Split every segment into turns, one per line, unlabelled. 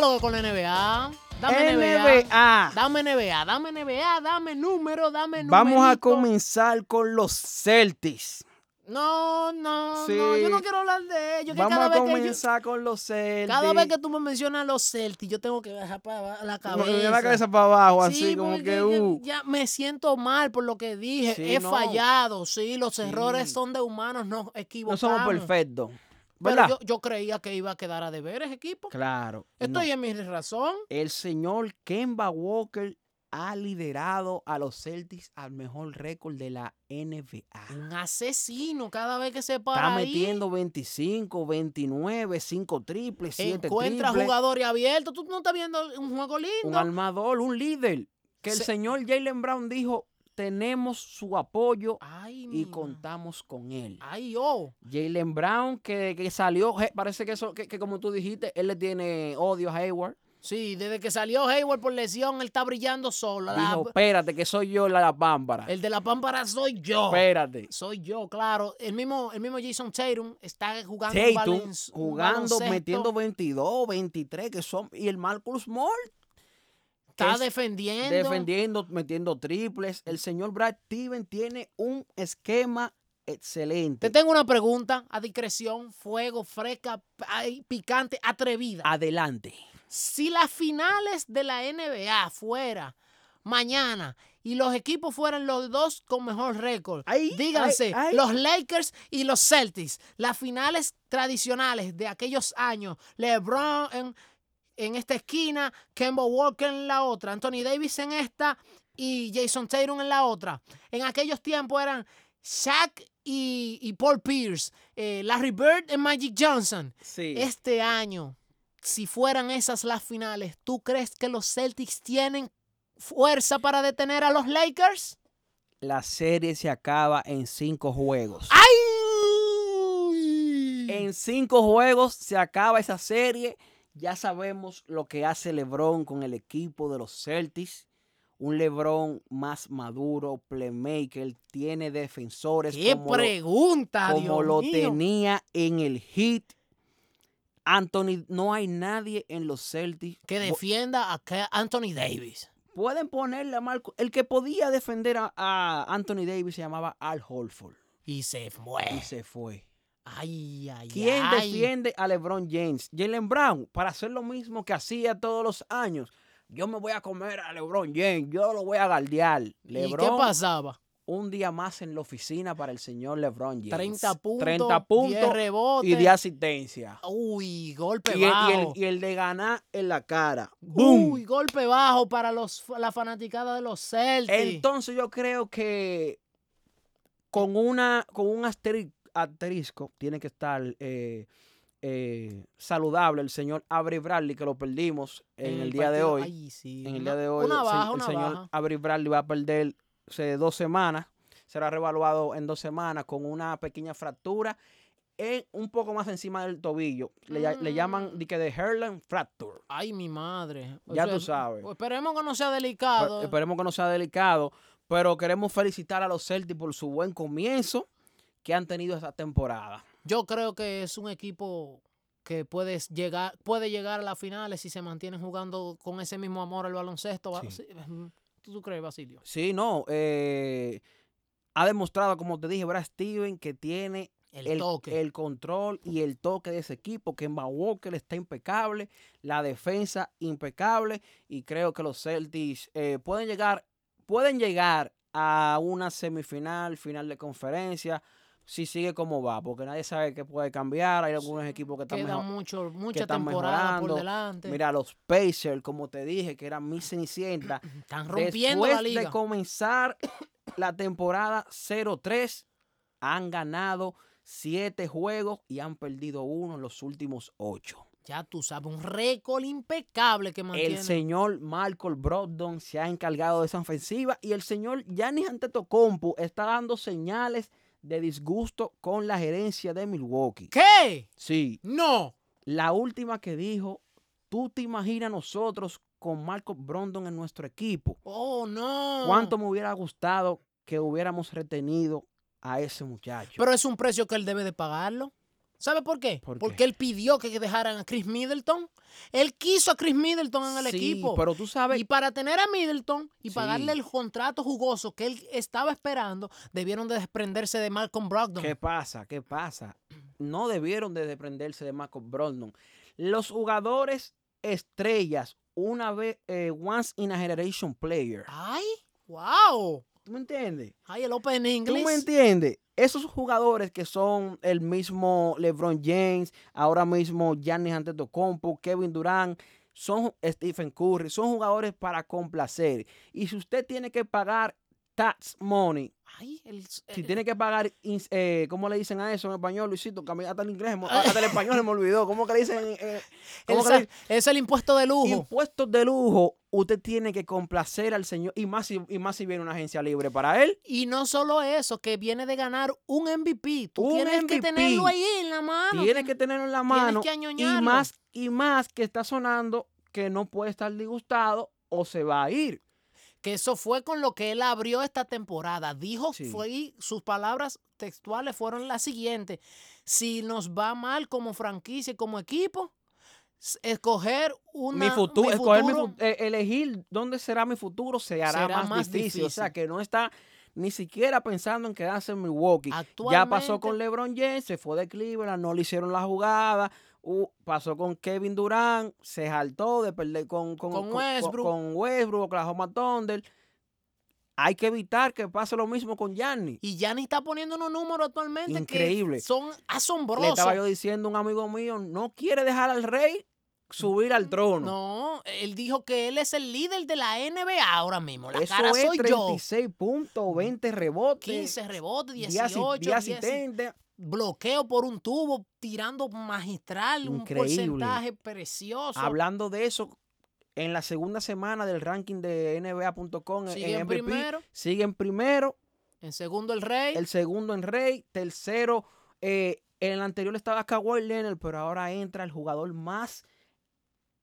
loco con la NBA. Dame NBA.
NBA.
Dame NBA, dame NBA, dame número, dame número.
Vamos a comenzar con los Celtics.
No, no,
Sí.
no, yo no quiero hablar de ellos. Que
Vamos
cada,
a
vez que yo-
comenzar con los Celtics.
cada vez que tú me mencionas los Celtics, yo tengo que bajar para la
Me
cabeza.
dio la cabeza para abajo,
Sí,
así como
porque
que,
ya-
uh,
ya me siento mal por lo que dije.
Sí,
He
no.
fallado, sí. Los errores
Sí.
son de humanos, nos
no
equivocamos.
somos perfectos.
Pero
¿Verdad?
yo, uh, yo creía que iba a quedar a deber ese equipo.
Claro. y no.
Estoy en mi razón.
El señor Kemba Walker ha liderado a los Celtics al mejor récord de la NBA.
Un asesino cada vez que se para
Está
ahí,
metiendo 25, 29, 5 triples, 7
encuentra
triples.
jugadores abiertos. Tú no estás viendo un juego
un
lindo.
armador, un líder. Que el
Se-
señor Jalen Brown dijo, tenemos su apoyo
Ay, mi
y
ma-
contamos con él.
Ay, oh.
Jalen Brown, que, que salió, je- parece que eso, que, que como tú dijiste, él le tiene odio a Hayward.
Sí, desde que salió Hayward por lesión, él está brillando solo. La-
Dijo, espérate, que soy yo la, la bámbara.
el de la pámpara soy yo.
Espérate.
Soy yo, claro. El mismo, el mismo Jason Tatum está jugando un
Tatum
balenz- un
jugando,
baloncesto,
metiendo 22, 23, que son. Y el Marcus Smart
Está
es-
defendiendo.
defendiendo, metiendo triples. El señor Brad Steven tiene un esquema
Te
excelente.
tengo una pregunta a discreción, fuego, fresca, ay, picante, atrevida.
Adelante.
Si las finales de la NBA fuera mañana y los equipos fueran los dos con mejor récord,
Ay,
díganse,
ay, ay.
los Lakers y los Celtics, las finales tradicionales de aquellos años, LeBron en, en esta esquina, Kemba Walker en la otra, Anthony Davis en esta y Jason Tatum en la otra. En aquellos tiempos eran Shaq y, y Paul Pierce, eh, Larry Bird y Magic Johnson.
Sí.
Este año, si fueran esas las finales, ¿tú crees que los Celtics tienen fuerza para detener a los Lakers?
La serie se acaba en cinco juegos.
¡Ay!
En cinco juegos se acaba esa serie. Ya sabemos lo que hace LeBron con el equipo de los Celtics. Un LeBron más maduro, playmaker, tiene defensores
¡Qué
como, lo,
pregunta,
como
Dios
lo
mío!
tenía en el hit. Anthony, no hay nadie en los Celtics.
Que
Bu-
defienda a Ke- Anthony Davis.
Pueden ponerle a Marco. El que podía defender a, a Anthony Davis se llamaba Al Holford
Y se fue.
y se fue.
¡Ay, ay,
¿Quién
ay!
defiende a LeBron James? Jalen Brown, para hacer lo mismo que hacía todos los años. Yo me voy a comer a LeBron James, yo lo voy a galdear.
¿Y qué
LeBron,
pasaba?
un día más en la oficina para el señor LeBron James.
30 puntos,
30
10
puntos
rebotes.
y de asistencia.
¡Uy, golpe
Y el, y el-
bajo!
y el de ganar en la cara. ¡Boom!
¡Uy, golpe bajo para los, la fanaticada de los Celtics!
Entonces yo creo que con una con un asteri- asterisco tiene que estar eh, eh, saludable el señor Avery Bradley que lo perdimos en, el, día de
partido.
hoy.
Ay, sí,
en
una-
el día de hoy
Una
el, se-
baja,
el
una
señor
baja.
Avery Bradley va a perder eh, dos semanas. Será revaluado en dos semanas con una pequeña fractura en- un poco más encima del tobillo. Le, ya- le llaman
Mm.
de que de Herland fracture.
Ay, mi madre. O
Ya tú sabes. eh,
Esperemos que no sea
Espe-
delicado.
Esperemos que no sea delicado, pero queremos felicitar a los Celtics por su buen comienzo que han tenido esta temporada.
Yo creo que es un equipo que puedes llegar, puede llegar a las finales si se mantienen jugando con ese mismo amor al baloncesto. Va-
Sí.
sí, ujú. ¿Tú, tú crees, Basilio?
Sí, no, eh, ha demostrado, como te dije, Brad Steven, que tiene
El,
el,
toque.
el control y el toque de ese equipo, que Kemba Walker está impecable, la defensa impecable, y creo que los Celtics eh, pueden llegar, pueden llegar a una semifinal, final de conferencia, si sigue como va, porque nadie sabe qué puede cambiar, hay algunos equipos que están
Queda
mejor,
mucho, mucha
están
temporada por
mejorando.
delante.
Mira, los Pacers, como te dije, que eran mis cenicientas.
Están rompiendo
Después
la liga.
de comenzar la temporada 0-3, han ganado 7 juegos y han perdido uno en los últimos 8.
Ya tú sabes, un récord impecable que mantiene.
El señor Michael Brogdon se ha encargado de esa ofensiva y el señor Giannis Antetokounmpo está dando señales de disgusto con la gerencia de Milwaukee.
¿Qué?
Sí,
No.
La última que dijo, tú te imaginas nosotros con Marco Brondon en nuestro equipo.
Oh, no.
¿Cuánto me hubiera gustado que hubiéramos retenido a ese muchacho?
Pero es un precio que él debe de pagarlo. ¿Sabe por qué?
¿Por qué?
Porque él pidió que dejaran a Chris Middleton. Él quiso a Chris Middleton en el
Sí,
equipo.
Pero tú sabes,
Y para tener a Middleton y
Sí.
pagarle el contrato jugoso que él estaba esperando, debieron de desprenderse de Malcolm Brogdon.
¿qué pasa? ¿Qué pasa? No debieron de desprenderse de Marcos Brogdon. Los jugadores estrellas, una vez, eh, once in a generation player.
¡Ay! ¡Wow!
¿Tú me entiendes?
¡Ay, el Open
¿Tú me
English!
entiendes? Esos jugadores que son el mismo LeBron James, ahora mismo Giannis Antetokounmpo, Kevin Durant, son Stephen Curry, son jugadores para complacer. Y si usted tiene que pagar tax money,
¡Ay! El, eh,
si
el-
tiene que pagar, ins- eh, ¿cómo le dicen a eso en español, Luisito? Que a mí Hasta el inglés, mo- hasta el español se me olvidó. ¿Cómo que le dicen? eh, ¿cómo
el
que le
sa- es el impuesto de lujo.
Impuestos de lujo, usted tiene que complacer al señor y más si, y más si viene una agencia libre para él.
Y no solo eso, que viene de ganar un MVP. Tú
Un
tienes que
MVP.
tenerlo ahí en la mano.
Tiene que tenerlo en la mano.
Tienes que
Y
añoñarlo.
más, y más que está sonando que no puede estar disgustado o se va a ir.
Que eso fue con lo que él abrió esta temporada. Dijo,
Sí.
fue y sus palabras textuales fueron las siguientes. Si nos va mal como franquicia y como equipo, s- escoger una,
mi futuro, escoger mi fu- eh, elegir dónde será mi futuro se hará
Será
más,
más
difícil. O sea,
difícil.
que no está ni siquiera pensando en quedarse en Milwaukee. eh, Ya pasó con
Actualmente-
LeBron James, se fue de Cleveland, no le hicieron la jugada. Uh, pasó con Kevin Durant, se saltó de perder con, con,
Con Westbrook.
con Westbrook, Oklahoma Thunder. Hay que evitar que pase lo mismo con Gianni.
Y ya ni está poniendo unos números actualmente
Increíble.
que son
Le estaba
asombrosos.
yo diciendo a un amigo mío, no quiere dejar al rey subir al trono.
No, él dijo que él es el líder de la NBA ahora mismo. La
Eso
cara
es
soy yo.
36 puntos, 20 rebotes,
15 rebotes,
10
18, 10
asistentes.
bloqueo por un tubo, tirando magistral,
Increíble.
un porcentaje precioso.
Hablando de eso, en la segunda semana del ranking de NBA.com en-
Sigue
en
en
MVP,
primero,
siguen primero,
en segundo el Rey,
el segundo en Rey, tercero, eh, en el anterior estaba Kawhi Leonard, pero ahora entra el jugador más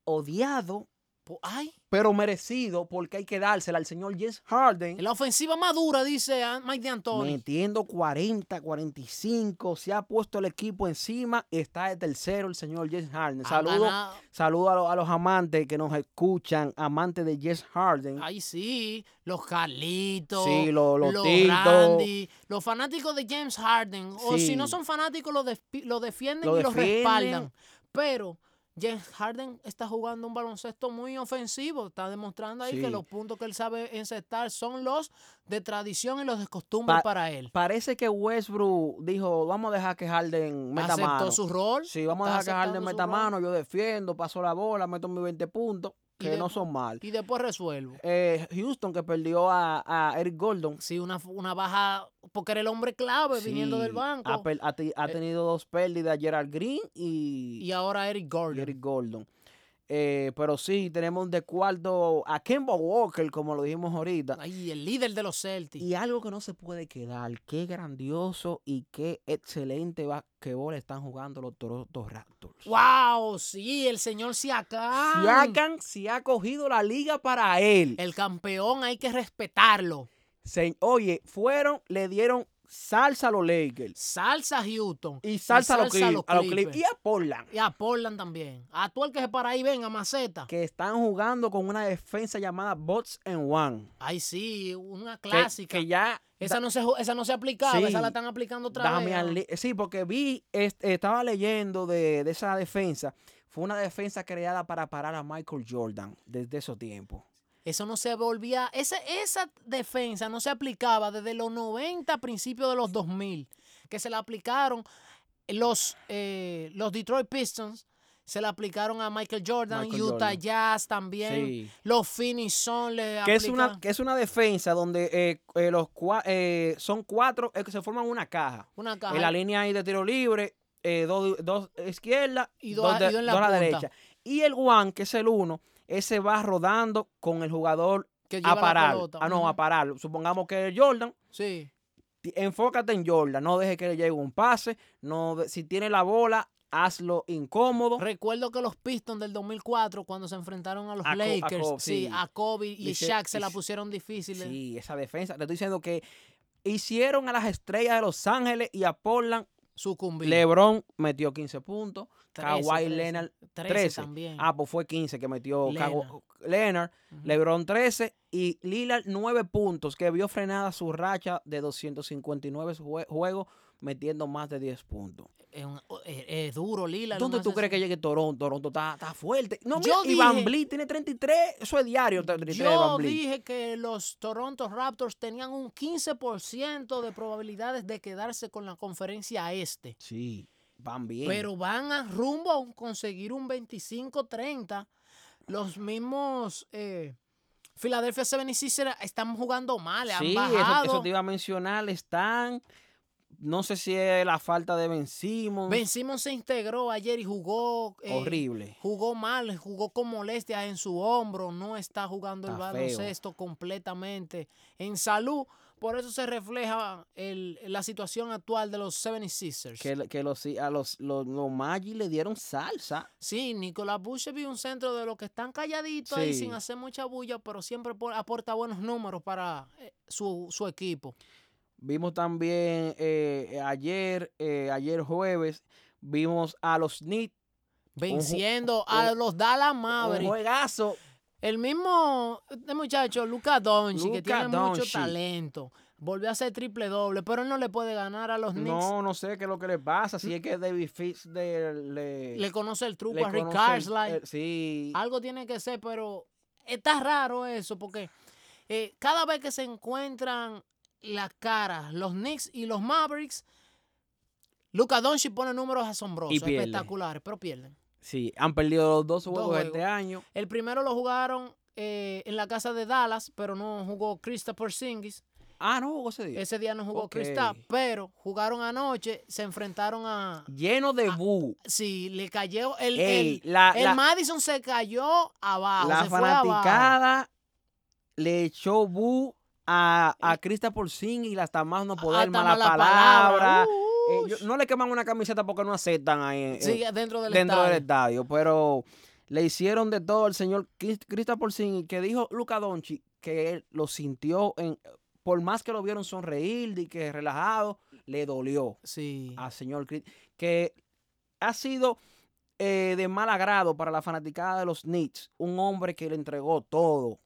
odiado,
po- ay,
pero merecido, porque hay que dársela al señor James Harden.
la ofensiva más dura, dice ah, Mike de Antonio.
Metiendo 40, 45, se ha puesto el equipo encima, está de tercero el señor James Harden.
Ha
Saludo,
ganado-
saludo a, lo- a los amantes que nos escuchan, amantes de James Harden.
Ay, sí, los Carlitos,
sí, lo- los
los
tildos,
Randy, los fanáticos de James Harden, o
Sí.
si no son fanáticos, lo, despi- lo defienden
Lo
y lo
defienden.
respaldan. Pero James Harden está jugando un baloncesto muy ofensivo, está demostrando ahí
Sí.
que los puntos que él sabe encestar son los de tradición y los de costumbre
Pa-
para él.
Parece que Westbrook dijo, vamos a dejar que Harden meta
Aceptó
mano.
su rol.
Sí, vamos a
está
dejar que Harden
aceptando su
meta
rol.
mano, yo defiendo, paso la bola, meto mis 20 puntos,
Y
que
de-
no son mal.
Y después resuelvo.
Eh, Houston que perdió a, a Eric Gordon.
Sí, una, una baja, porque era el hombre clave pues, viniendo del
Sí, Ah,
banco.
Ha, per- ha te- ha
Eh,
tenido dos pérdidas, Gerald Green y,
y ahora Eric Gordon.
Eric Gordon. Eh, pero sí, tenemos de cuarto a Kemba Walker, como lo dijimos ahorita.
Ay, el líder de los Celtics.
Y algo que no se puede quedar, qué grandioso y qué excelente basquetbol están jugando los Toronto Raptors.
¡Wow! Sí, el señor Siakam.
Siakam se ha cogido la liga para él.
El campeón hay que respetarlo.
Se- oye, fueron, le dieron salsa a los Lakers
Salsa a Houston.
y salsa, a los
salsa a
Clip-
los
a los
Clippers.
Clip- y a Portland,
Y a Portland también. A tú el que se para ahí, venga, maceta.
que están jugando con una defensa llamada Bots and One.
Ay, sí, una
que-
clásica.
Que, ya
esa, no se, ju- esa no se aplicaba,
Sí.
esa la están aplicando otra
Damian
vez.
Lee- Sí, porque vi, est- estaba leyendo de, de esa defensa. Fue una defensa creada para parar a Michael Jordan desde esos tiempos.
Eso no se volvía, esa, esa defensa no se aplicaba desde los 90 a principios de los 2000, que se la aplicaron los, eh, los Detroit Pistons, se la aplicaron a Michael Jordan,
Michael
Utah
Jordan.
Jazz también,
Sí.
los Phoenix Suns le
Que es, una,
aplicaron
que es una defensa donde eh, eh, los cua- eh, son cuatro eh, que se forman una caja.
una caja
En la línea ahí de tiro libre, eh, dos, dos izquierdas
Y dos a-
de-
y dos en la
a
punta.
derecha. Y el one, que es el uno, ese va rodando con el jugador
que lleva
a
la
parar.
pelota.
Ah, no,
Ujú.
a parar. Supongamos que es Jordan.
Sí,
ti- enfócate en Jordan, no dejes que le llegue un pase, no de- si tiene la bola, hazlo incómodo.
recuerdo que los Pistons del 2004 cuando se enfrentaron a los
A Co- a
Lakers,
Kobe,
sí,
sí.
a Kobe y
Le hice-
Shaq se la
hice-
pusieron difícil. eh.
Sí, esa defensa, te estoy diciendo que hicieron a las estrellas de Los Ángeles y a Portland
sucumbir.
LeBron metió 15 puntos.
13,
Kawhi
13,
Leonard
13
13.
también.
Ah, pues fue 15 que metió Kawa-
Leonard.
Leonard.
Ujú.
LeBron 13 y Lillard 9 puntos que vio frenada su racha de 259 jue- juegos metiendo más de 10 puntos.
es, un- oh, es- es duro, Lila.
¿Dónde tú crees que llegue Toronto? Toronto está, está fuerte. No,
Yo
mira, y Van
dije-
Vliet tiene 33. Eso es diario 33 de Van
Yo
Vliet.
dije que los Toronto Raptors tenían un 15% de probabilidades de quedarse con la conferencia este.
Sí, van bien.
Pero van a rumbo a un- conseguir un 25-30. Los mismos eh, Philadelphia 76ers están jugando mal,
sí,
han
eso-
bajado.
Eso, te iba a mencionar. Están. No sé si es la falta de Ben Simmons.
Ben Simmons se integró ayer y jugó eh,
horrible.
Jugó mal, jugó con molestias en su hombro, no está jugando el
Está feo.
baloncesto completamente en salud. Por eso se refleja el- la situación actual de los 76ers.
Que, que los, a los, los, los Magic le dieron salsa.
Sí, Nicolás Bushevich, un centro de los que están calladitos ahí
Sí.
sin hacer mucha bulla, pero siempre por- aporta buenos números para eh, su, su equipo.
Vimos también eh, ayer, eh, ayer jueves, vimos a los Knicks.
Venciendo a los Dallas
Un
Mavericks.
juegazo.
El mismo este muchacho, Luca Doncic, que
Luka
tiene
Doncic.
mucho talento. Volvió a hacer triple doble, pero él no le puede ganar a los Knicks.
No, no sé qué es lo que le pasa. Si es que David Fitz de- le,
Le conoce el truco
le
a eh, Rick
conoce el-
Carlisle.
el- sí.
Algo tiene que ser, pero está raro eso, porque eh, cada vez que se encuentran las caras, los Knicks y los Mavericks, Luca Doncic pone números asombrosos,
Y pierde.
espectaculares, pero pierden.
Sí, han perdido los dos juegos
juegos.
este año.
El primero lo jugaron eh, en la casa de Dallas, pero no jugó Christopher Singis.
Ah, no jugó ese día.
Ese día no jugó
Ok.
Cristal, pero jugaron anoche, se enfrentaron a.
Lleno de bu.
Sí, le cayó. Ah, El,
Ey,
el,
la,
el
la-
Madison se cayó abajo.
la
se fue abajo.
fanaticada le echó bu a, a Christopher Singh y hasta más no
Eh,
poder,
Hasta
mala,
mala
palabra.
palabra.
Eh,
Ush.
yo- no le queman una camiseta porque no aceptan ahí eh,
Sí, dentro del
dentro del
estadio.
estadio, pero le hicieron de todo el señor Chris- Christopher Singh que dijo Luca Donchi que él lo sintió en por más que lo vieron sonreír y que relajado, le dolió
Sí.
al señor Chris, que ha sido eh, de mal agrado para la fanaticada de los Knicks, un hombre que le entregó todo.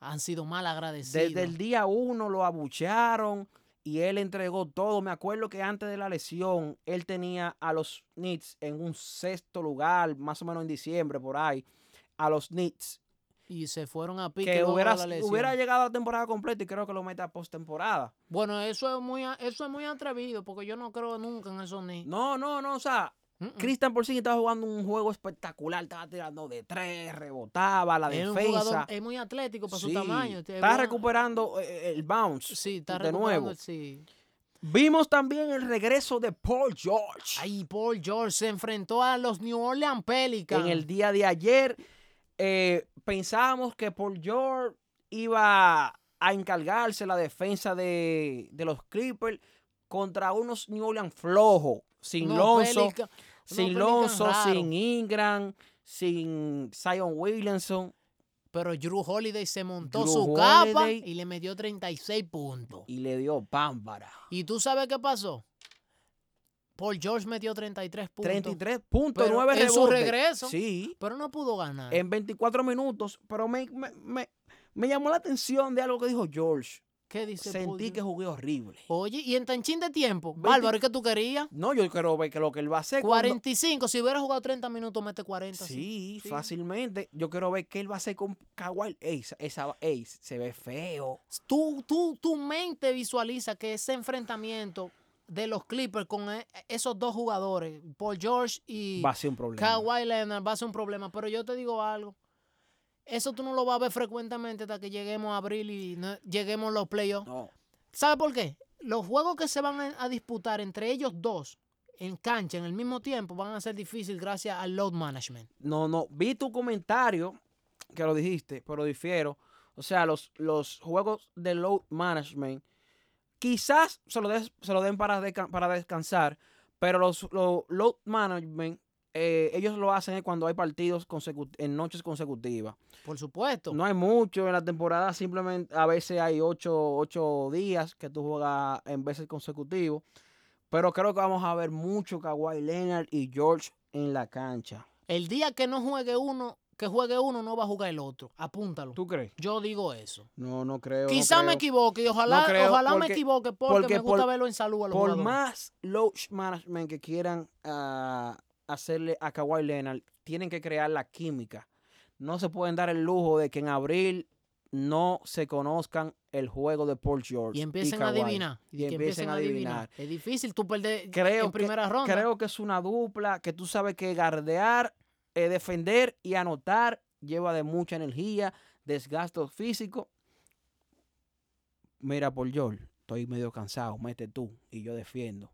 Han sido mal agradecidos.
Desde el día uno lo abuchearon y él entregó todo. Me acuerdo que antes de la lesión, él tenía a los Knicks en un sexto lugar, más o menos en diciembre, por ahí, a los Knicks.
Y se fueron a pique.
Que
luego de
hubiera,
la lesión.
hubiera llegado a la temporada completa y creo que lo mete a postemporada.
Bueno, eso es, muy, a- eso es muy atrevido, porque yo no creo nunca en esos Knicks.
No, no, no, o sea,
Mm, mm.
Cristian Porcini estaba jugando un juego espectacular, estaba tirando de tres, rebotaba la
es, un
defensa.
jugador- es muy atlético para
Sí,
su tamaño. es
Está
bueno.
recuperando eh, el bounce.
Sí, está
de
recuperando,
nuevo.
Sí.
Vimos también el regreso de Paul George
Ay, Paul George se enfrentó a los New Orleans Pelicans.
en el día de ayer. eh, pensábamos que Paul George iba a encargarse la defensa de, de los Clippers contra unos New Orleans flojos, sin
Unos
Lonzo,
Pelican- unos
sin
Pelicans
Lonzo,
raros.
sin Ingram, sin Zion Williamson.
Pero Drew Holiday se montó
Drew
su capa
Holiday.
y le metió 36 puntos.
y le dio pámpara.
¿Y tú sabes qué pasó? Paul George metió 33 puntos.
33.9
Pero en su
rebotes.
regreso. Ah.
Sí,
Pero no pudo ganar.
en 24 minutos. Pero me, me- me- me llamó la atención de algo que dijo George.
¿Qué dice Paul
Sentí que
George?
jugué horrible.
Oye, y en tan chin de tiempo.
20
Bárbaro, ¿y qué tú querías?
No, yo creo que lo que él va a hacer. cuando-
45. Si hubiera jugado 30 minutos, mete 40.
Sí,
sí.
fácilmente. Yo quiero ver qué él va a hacer con Kawhi. Ey, esa, esa- ey, se ve feo.
Tú, tú, tu mente visualiza que ese enfrentamiento de los Clippers con e- esos dos jugadores, Paul George y
Va a ser un problema.
Kawhi Leonard, va a ser un problema. Pero yo te digo algo. Eso tú no lo vas a ver frecuentemente hasta que lleguemos a abril y no- lleguemos los playoffs.
No,
¿Sabe por qué? Los juegos que se van a, a disputar entre ellos dos en cancha en el mismo tiempo van a ser difíciles gracias al load management.
no, no. Vi tu comentario que lo dijiste, pero difiero. O sea, los, los juegos de load management, quizás se lo, des- se lo den para, desca- para descansar, pero los, lo- load management, eh, ellos lo hacen es cuando hay partidos consecu- en noches consecutivas.
Por supuesto.
No hay mucho en la temporada, simplemente a veces hay ocho, ocho días que tú juegas en veces consecutivos. Pero creo que vamos a ver mucho Kawhi Leonard y George en la cancha.
El día que no juegue uno, que juegue uno, no va a jugar el otro. Apúntalo.
¿Tú crees?
Yo digo eso.
No, no creo. no
Quizá me
creo.
equivoque y ojalá,
No creo,
ojalá
porque-
me equivoque porque,
porque
me gusta
por-
verlo en salud a los
Por
jugadores.
más load management que quieran ah, hacerle a Kawhi Leonard, tienen que crear la química. No se pueden dar el lujo de que en abril no se conozcan el juego de Paul George.
y empiecen a
Kawhi.
adivinar.
Y empiecen a adivinar.
Es difícil tú perder
Creo
en
que-
primera ronda.
Creo que es una dupla que tú sabes que gardear, eh, defender y anotar lleva de mucha energía, desgasto físico. Mira, Paul George, estoy medio cansado, mete tú y yo defiendo.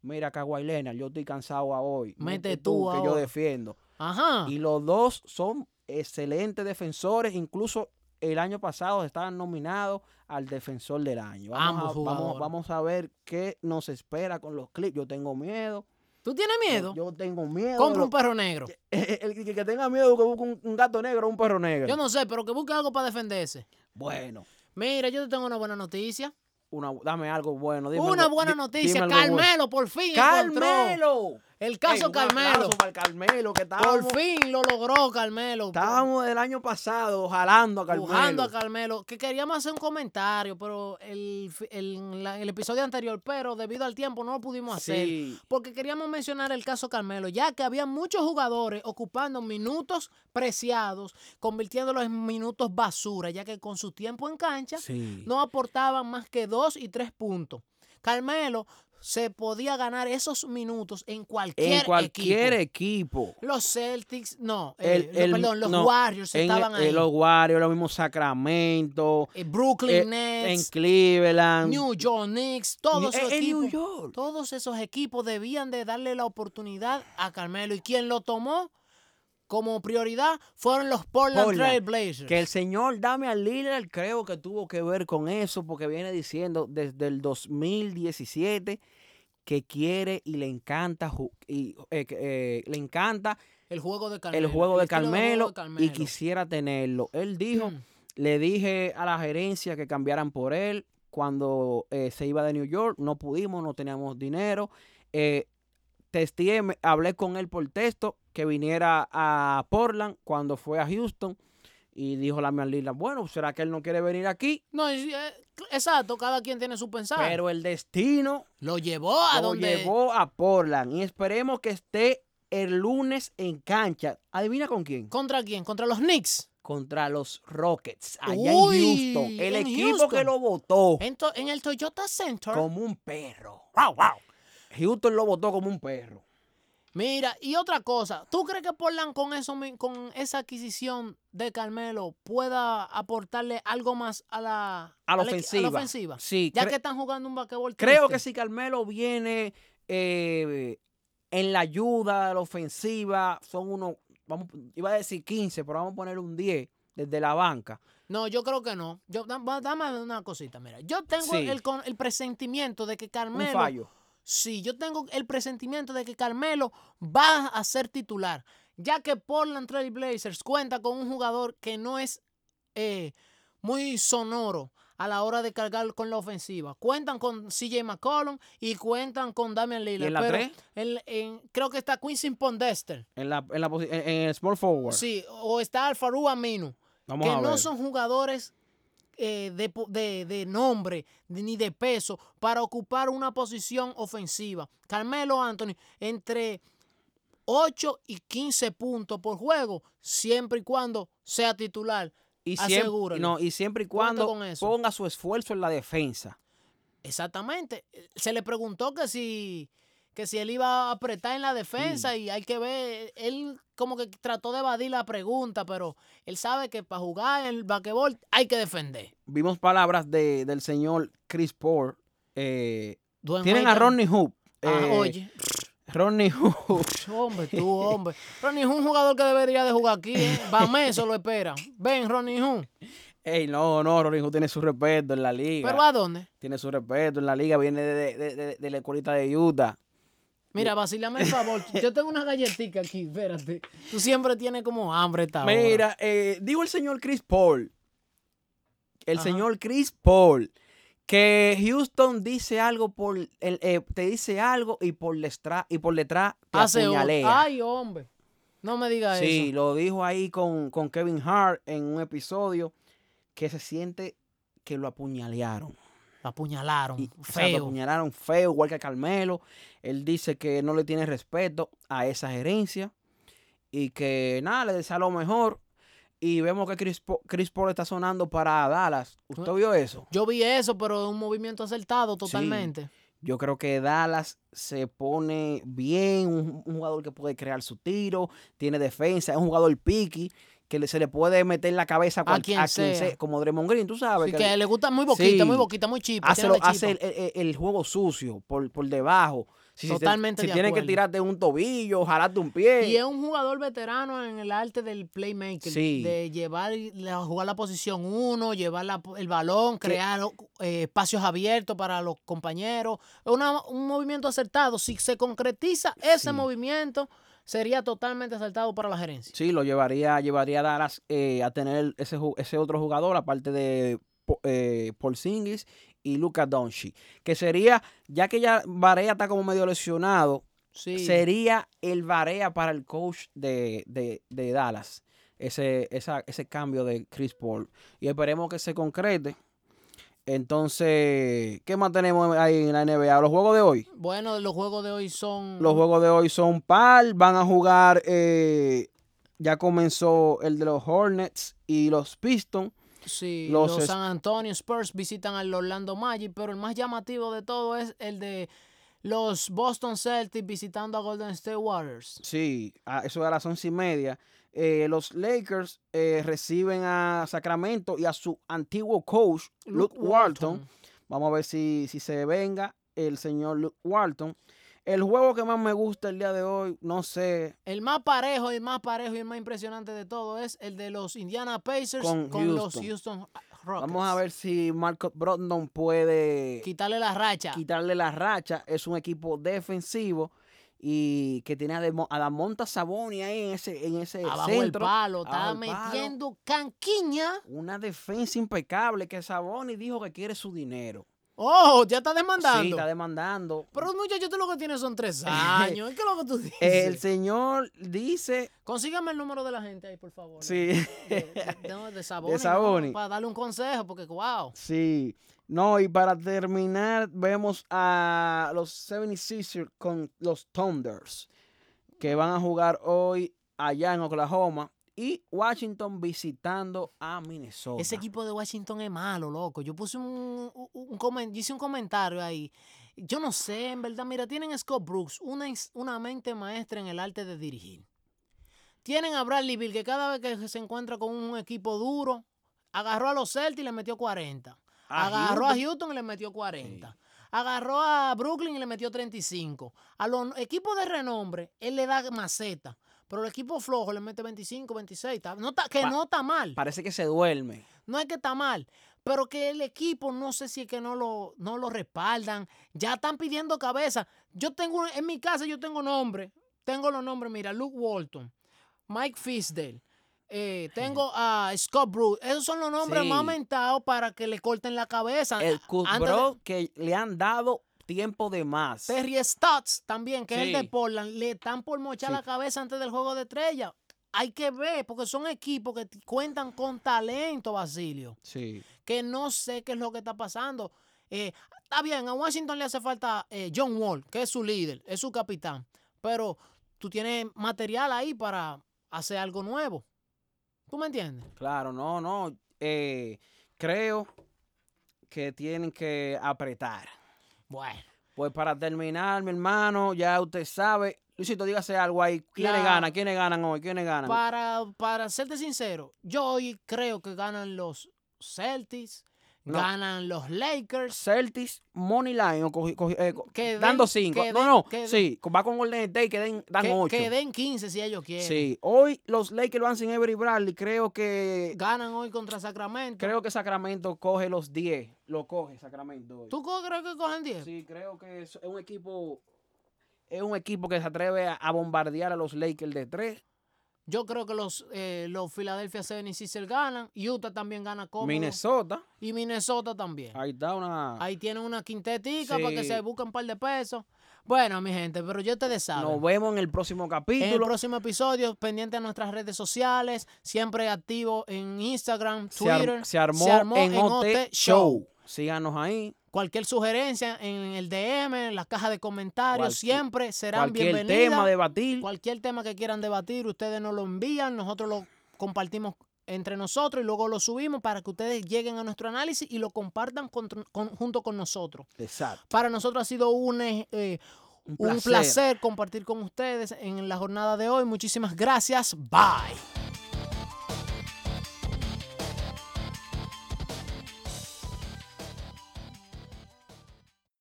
Mira, Kawhi Leonard, yo estoy cansado a hoy.
Mete tú Ah.
que yo
ahora.
defiendo.
Ajá.
Y los dos son excelentes defensores, incluso el año pasado estaban nominados al defensor del año. Vamos,
Ambos
a, vamos,
jugadores.
vamos a ver qué nos espera con los clips. Yo tengo miedo.
¿Tú tienes
Yo-
miedo?
Yo, tengo miedo.
Compra
de
un perro negro.
lo- el que- que tenga miedo que busque un, un gato negro o un perro negro.
Yo no sé, pero que busque algo para defenderse.
Bueno,
Mira, yo te tengo una buena noticia.
una- dame algo bueno. dime
una
algo-
buena
di-
noticia.
dime algo bueno.
Carmelo, por fin. encontró.
¡Carmelo!
El caso
Ey, un
Carmelo.
aplauso para el Carmelo, que estábamos,
Por fin lo logró Carmelo.
estábamos del año pasado jalando a Carmelo.
Pujando a Carmelo. Que queríamos hacer un comentario, pero el, fi- el- en la- el episodio anterior, pero debido al tiempo no lo pudimos hacer.
Sí.
Porque queríamos mencionar el caso Carmelo, ya que había muchos jugadores ocupando minutos preciados, convirtiéndolos en minutos basura, ya que con su tiempo en cancha
Sí.
no aportaban más que dos y tres puntos. Carmelo se podía ganar esos minutos en cualquier,
en cualquier
equipo.
equipo.
Los Celtics, no,
El-
eh,
el-
los, perdón, los
no,
Warriors
En,
estaban
en
ahí.
los Warriors, lo mismo Sacramento,
Eh, Brooklyn
en
Nets,
Cleveland,
New York Knicks, todos
en,
esos
en New
equipos.
York.
Todos esos equipos debían de darle la oportunidad a Carmelo. Y quien lo tomó como prioridad fueron los Portland,
Portland,
Trail Blazers.
Que el señor Damian Lillard creo que tuvo que ver con eso porque viene diciendo desde el 2017 que quiere y le encanta ju- y, eh, que, eh, le encanta
el juego de Carmelo.
el juego de
estilo
Carmelo,
juego de
y
Carmelo.
quisiera tenerlo. Él dijo,
Mm.
le dije a la gerencia que cambiaran por él cuando eh, se iba de New York, no pudimos, no teníamos dinero. Eh, testeé, me- hablé con él por texto que viniera a Portland cuando fue a Houston y dijo la mía Lila, bueno, ¿será que él no quiere venir aquí?
No, y, eh, exacto, cada quien tiene su pensar.
Pero el destino
lo llevó a
lo
donde
llevó a Portland y esperemos que esté el lunes en cancha. ¿Adivina con quién?
¿Contra quién? Contra los Knicks.
Contra los Rockets, allá
Uy,
en Houston. El
en
equipo que
Houston.
lo votó.
En, to- en el Toyota Center.
Como un perro. Wow, wow. Houston lo votó como un perro.
Mira, y otra cosa, ¿tú crees que Portland con eso mi- con esa adquisición de Carmelo pueda aportarle algo más a la,
A la
al equi-
ofensiva.
ofensiva?
Sí,
Ya
cre-
que están jugando un basquetbol
creo que
triste.
si Carmelo viene eh, en la ayuda de la ofensiva, son unos, vamos, iba a decir 15, pero vamos a poner un 10 desde la banca.
No, yo creo que no. Yo, da- va- dame una cosita, mira. Yo tengo
Sí.
el, con- el presentimiento de que
Un
Carmelo.
fallo.
Sí, yo tengo el presentimiento de que Carmelo va a ser titular, ya que Portland Trail Blazers cuenta con un jugador que no es eh, muy sonoro a la hora de cargar con la ofensiva. Cuentan con CJ McCollum y cuentan con Damian
¿Y
Lillard.
en la
pero
3?
el- en- creo que está Quincy Pondester.
En, la, en, la posi- en- en el small forward.
Sí, o está Alfaru Aminu
vamos
que
a ver.
no son jugadores eh, de, po- de- de nombre de- ni de peso para ocupar una posición ofensiva. Carmelo Anthony, entre 8 y 15 puntos por juego, siempre y cuando sea titular.
y siempre,
asegúralo.
no, y siempre y
Cuenta
cuando
con eso.
ponga su esfuerzo en la defensa.
Exactamente. Se le preguntó que si, que si él iba a apretar en la defensa y hay que ver, él como que trató de evadir la pregunta, pero él sabe que para jugar en el basquetbol hay que defender.
Vimos palabras de, del señor Chris Paul. eh,
Dwayne
tienen a
Wade-
Ronnie Hoop.
Ah,
eh,
oye.
Ronnie Hood.
Hombre, tú, hombre. Ronnie Hun, jugador que debería de jugar aquí, ¿eh? Bameso lo espera. Ven, Ronnie Hun.
Ey, no, no, Ronnie Hood tiene su respeto en la liga.
¿Pero a dónde?
Tiene su respeto en la liga, viene de, de- de- de la escuelita de Utah.
Mira, vacílame el favor. Yo tengo una galletita aquí, espérate. Tú siempre tienes como hambre esta hora.
Mira, eh, digo el señor Chris Paul. El
Ajá.
señor Chris Paul que Houston dice algo por el- eh, te dice algo y por detrás y por detrás te
Hace un-
apuñalea.
Ay, hombre. No me diga
Sí,
eso.
lo dijo ahí con, con Kevin Hart en un episodio que se siente que lo apuñalearon.
Lo apuñalaron.
Y, o sea, lo
feo.
apuñalaron feo, igual que a Carmelo. Él dice que no le tiene respeto a esa gerencia y que nada, le desea lo mejor. Y vemos que Chris, Po- Chris Paul está sonando para Dallas. ¿Usted vio eso?
Yo vi eso, pero un movimiento acertado totalmente.
Yo creo que Dallas se pone bien, un, un jugador que puede crear su tiro, tiene defensa, es un jugador piqui que le- se le puede meter en la cabeza a, cual-
quien sea.
como Draymond Green, tú sabes.
Así
que
que le gusta muy boquita,
Sí.
muy boquita, muy chipa.
hace,
tiene
lo-
la
hace el,
chipa.
el- el juego sucio por, por debajo. Si, si te-
Totalmente
si
de
tienes que
acuerdo.
tirarte un tobillo, jalarte un pie.
Y es un jugador veterano en el arte del playmaker.
Sí.
De llevar, la- jugar la posición uno, llevar la- el balón, crear eh, espacios abiertos para los compañeros. Es una- un movimiento acertado. Si se concretiza ese
Sí.
movimiento, sería totalmente acertado para la gerencia.
Sí, lo llevaría, llevaría a Dallas eh, a tener ese, ju- ese otro jugador, aparte de Po- eh, Porzingis y Luka Doncic, que sería, ya que ya Varea está como medio lesionado,
Sí.
sería el Varea para el coach de, de- de Dallas, ese, esa- ese cambio de Chris Paul. Y esperemos que se concrete. Entonces, ¿qué más tenemos ahí en la NBA? Los juegos de hoy.
Bueno, los juegos de hoy son.
Los juegos de hoy son par, van a jugar, eh, ya comenzó el de los Hornets y los Pistons.
Sí,
los
los,
es-
San Antonio Spurs visitan al Orlando Magic, pero el más llamativo de todo es el de los Boston Celtics visitando a Golden State Warriors.
Sí, a eso a las once y media. Eh, los Lakers eh, reciben a Sacramento y a su antiguo coach, Luke, Walton. Vamos a ver si, si se venga el señor Luke Walton. El juego que más me gusta el día de hoy, no sé,
El más parejo, el más parejo y el más impresionante de todo es el de los Indiana Pacers
Con
con, los
Houston.
Houston Rockets.
vamos a ver si Marcus Brogdon puede...
Quitarle la racha.
quitarle la racha. Es un equipo defensivo y que tiene a, Demo- a Damonta Saboni ahí en ese, en ese
Abajo el
centro.
palo, está
abajo el palo.
metiendo canquiña.
Una defensa impecable que Saboni dijo que quiere su dinero.
Oh, ya está
Sí,
demandando.
está demandando.
Pero muchachos, tú lo que tienes son tres años. ¿Qué es lo que tú dices?
El señor dice,
Consígame el número de la gente ahí, por favor.
sí,
De, de- de- de Saboni,
De Saboni.
¿no? Para darle un consejo, porque wow.
sí. No, y para terminar, vemos a los 76ers con los Thunders, que van a jugar hoy allá en Oklahoma, y Washington visitando a Minnesota.
Ese equipo de Washington es malo, loco. Yo puse un, un, un comen- yo hice un comentario ahí. Yo no sé, en verdad, mira, tienen a Scott Brooks, una, ins- una mente maestra en el arte de dirigir. Tienen a Bradley Bill, que cada vez que se encuentra con un equipo duro, agarró a los Celtics y le metió 40.
A
Agarró
Houston.
a Houston y le metió 40. Agarró a Brooklyn y le metió 35. A los equipos de renombre, él le da maceta. Pero el equipo flojo le mete 25, 26. Está- no está- que
Pa-
no está mal.
Parece que se duerme.
No es que está mal. Pero que el equipo, no sé si es que no lo, no lo respaldan. Ya están pidiendo cabeza. Yo tengo, en mi casa yo tengo nombre. Tengo los nombres, mira, Luke Walton, Mike Fisdale. eh, tengo a Scott Bruce. Esos son los nombres
Sí.
más aumentados para que le corten la cabeza.
El Kuz
Ah, antes de-
Bro que le han dado tiempo de más.
Terry Stotts también, que es el
Sí.
de Portland, le están por mochar
Sí.
la cabeza antes del juego de estrella. Hay que ver, porque son equipos que t- cuentan con talento, Basilio.
Sí.
Que no sé qué es lo que está pasando. Eh, está bien, a Washington le hace falta eh, John Wall, que es su líder, es su capitán. Pero tú tienes material ahí para hacer algo nuevo. ¿Tú me entiendes?
Claro, no, no. eh, creo que tienen que apretar.
Bueno.
Pues para terminar, mi hermano, ya usted sabe. Luisito, dígase algo ahí. ¿Quiénes
La-
ganan? ¿Quiénes ganan hoy? ¿Quiénes ganan?
Para, para serte sincero, yo hoy creo que ganan los Celtics,
No.
ganan los Lakers.
Celtics, Money Line, o cogi- cogi- eh, co-
Que den-
dando 5.
que
No,
den-
no,
que den-
sí, va con Golden State que den, dan
que,
8.
que den 15 si ellos quieren.
Sí, hoy los Lakers van sin Avery Bradley. Creo que
Ganan hoy contra Sacramento.
Creo que Sacramento coge los 10. Lo coge Sacramento. hoy.
¿Tú co- crees que cogen 10?
Sí, creo que es es un equipo. Es un equipo que se atreve a, a bombardear a los Lakers de 3.
Yo creo que los, eh, los Philadelphia 76ers ganan. Utah también gana cómodo.
Minnesota.
Y Minnesota también.
Ahí está una
Ahí tienen una quintetica para que
ah. Sí.
se busquen un par de pesos. Bueno, mi gente, pero yo te deshago.
Nos vemos en el próximo
En el
capítulo.
próximo episodio, pendiente a nuestras redes sociales, siempre activo en Instagram,
se, ar-
Twitter.
se armó, en OT Show. Síganos ahí.
Cualquier sugerencia en el DM, en las cajas de comentarios,
Cualquier-
siempre serán
Cualquier
bienvenidas.
tema, debatir.
Cualquier tema que quieran debatir, ustedes nos lo envían, nosotros lo compartimos entre nosotros y luego lo subimos para que ustedes lleguen a nuestro análisis y lo compartan con- con- junto con nosotros.
Exacto.
Para nosotros ha sido un, eh, eh, un placer compartir con ustedes en la jornada de hoy. Muchísimas gracias. Bye.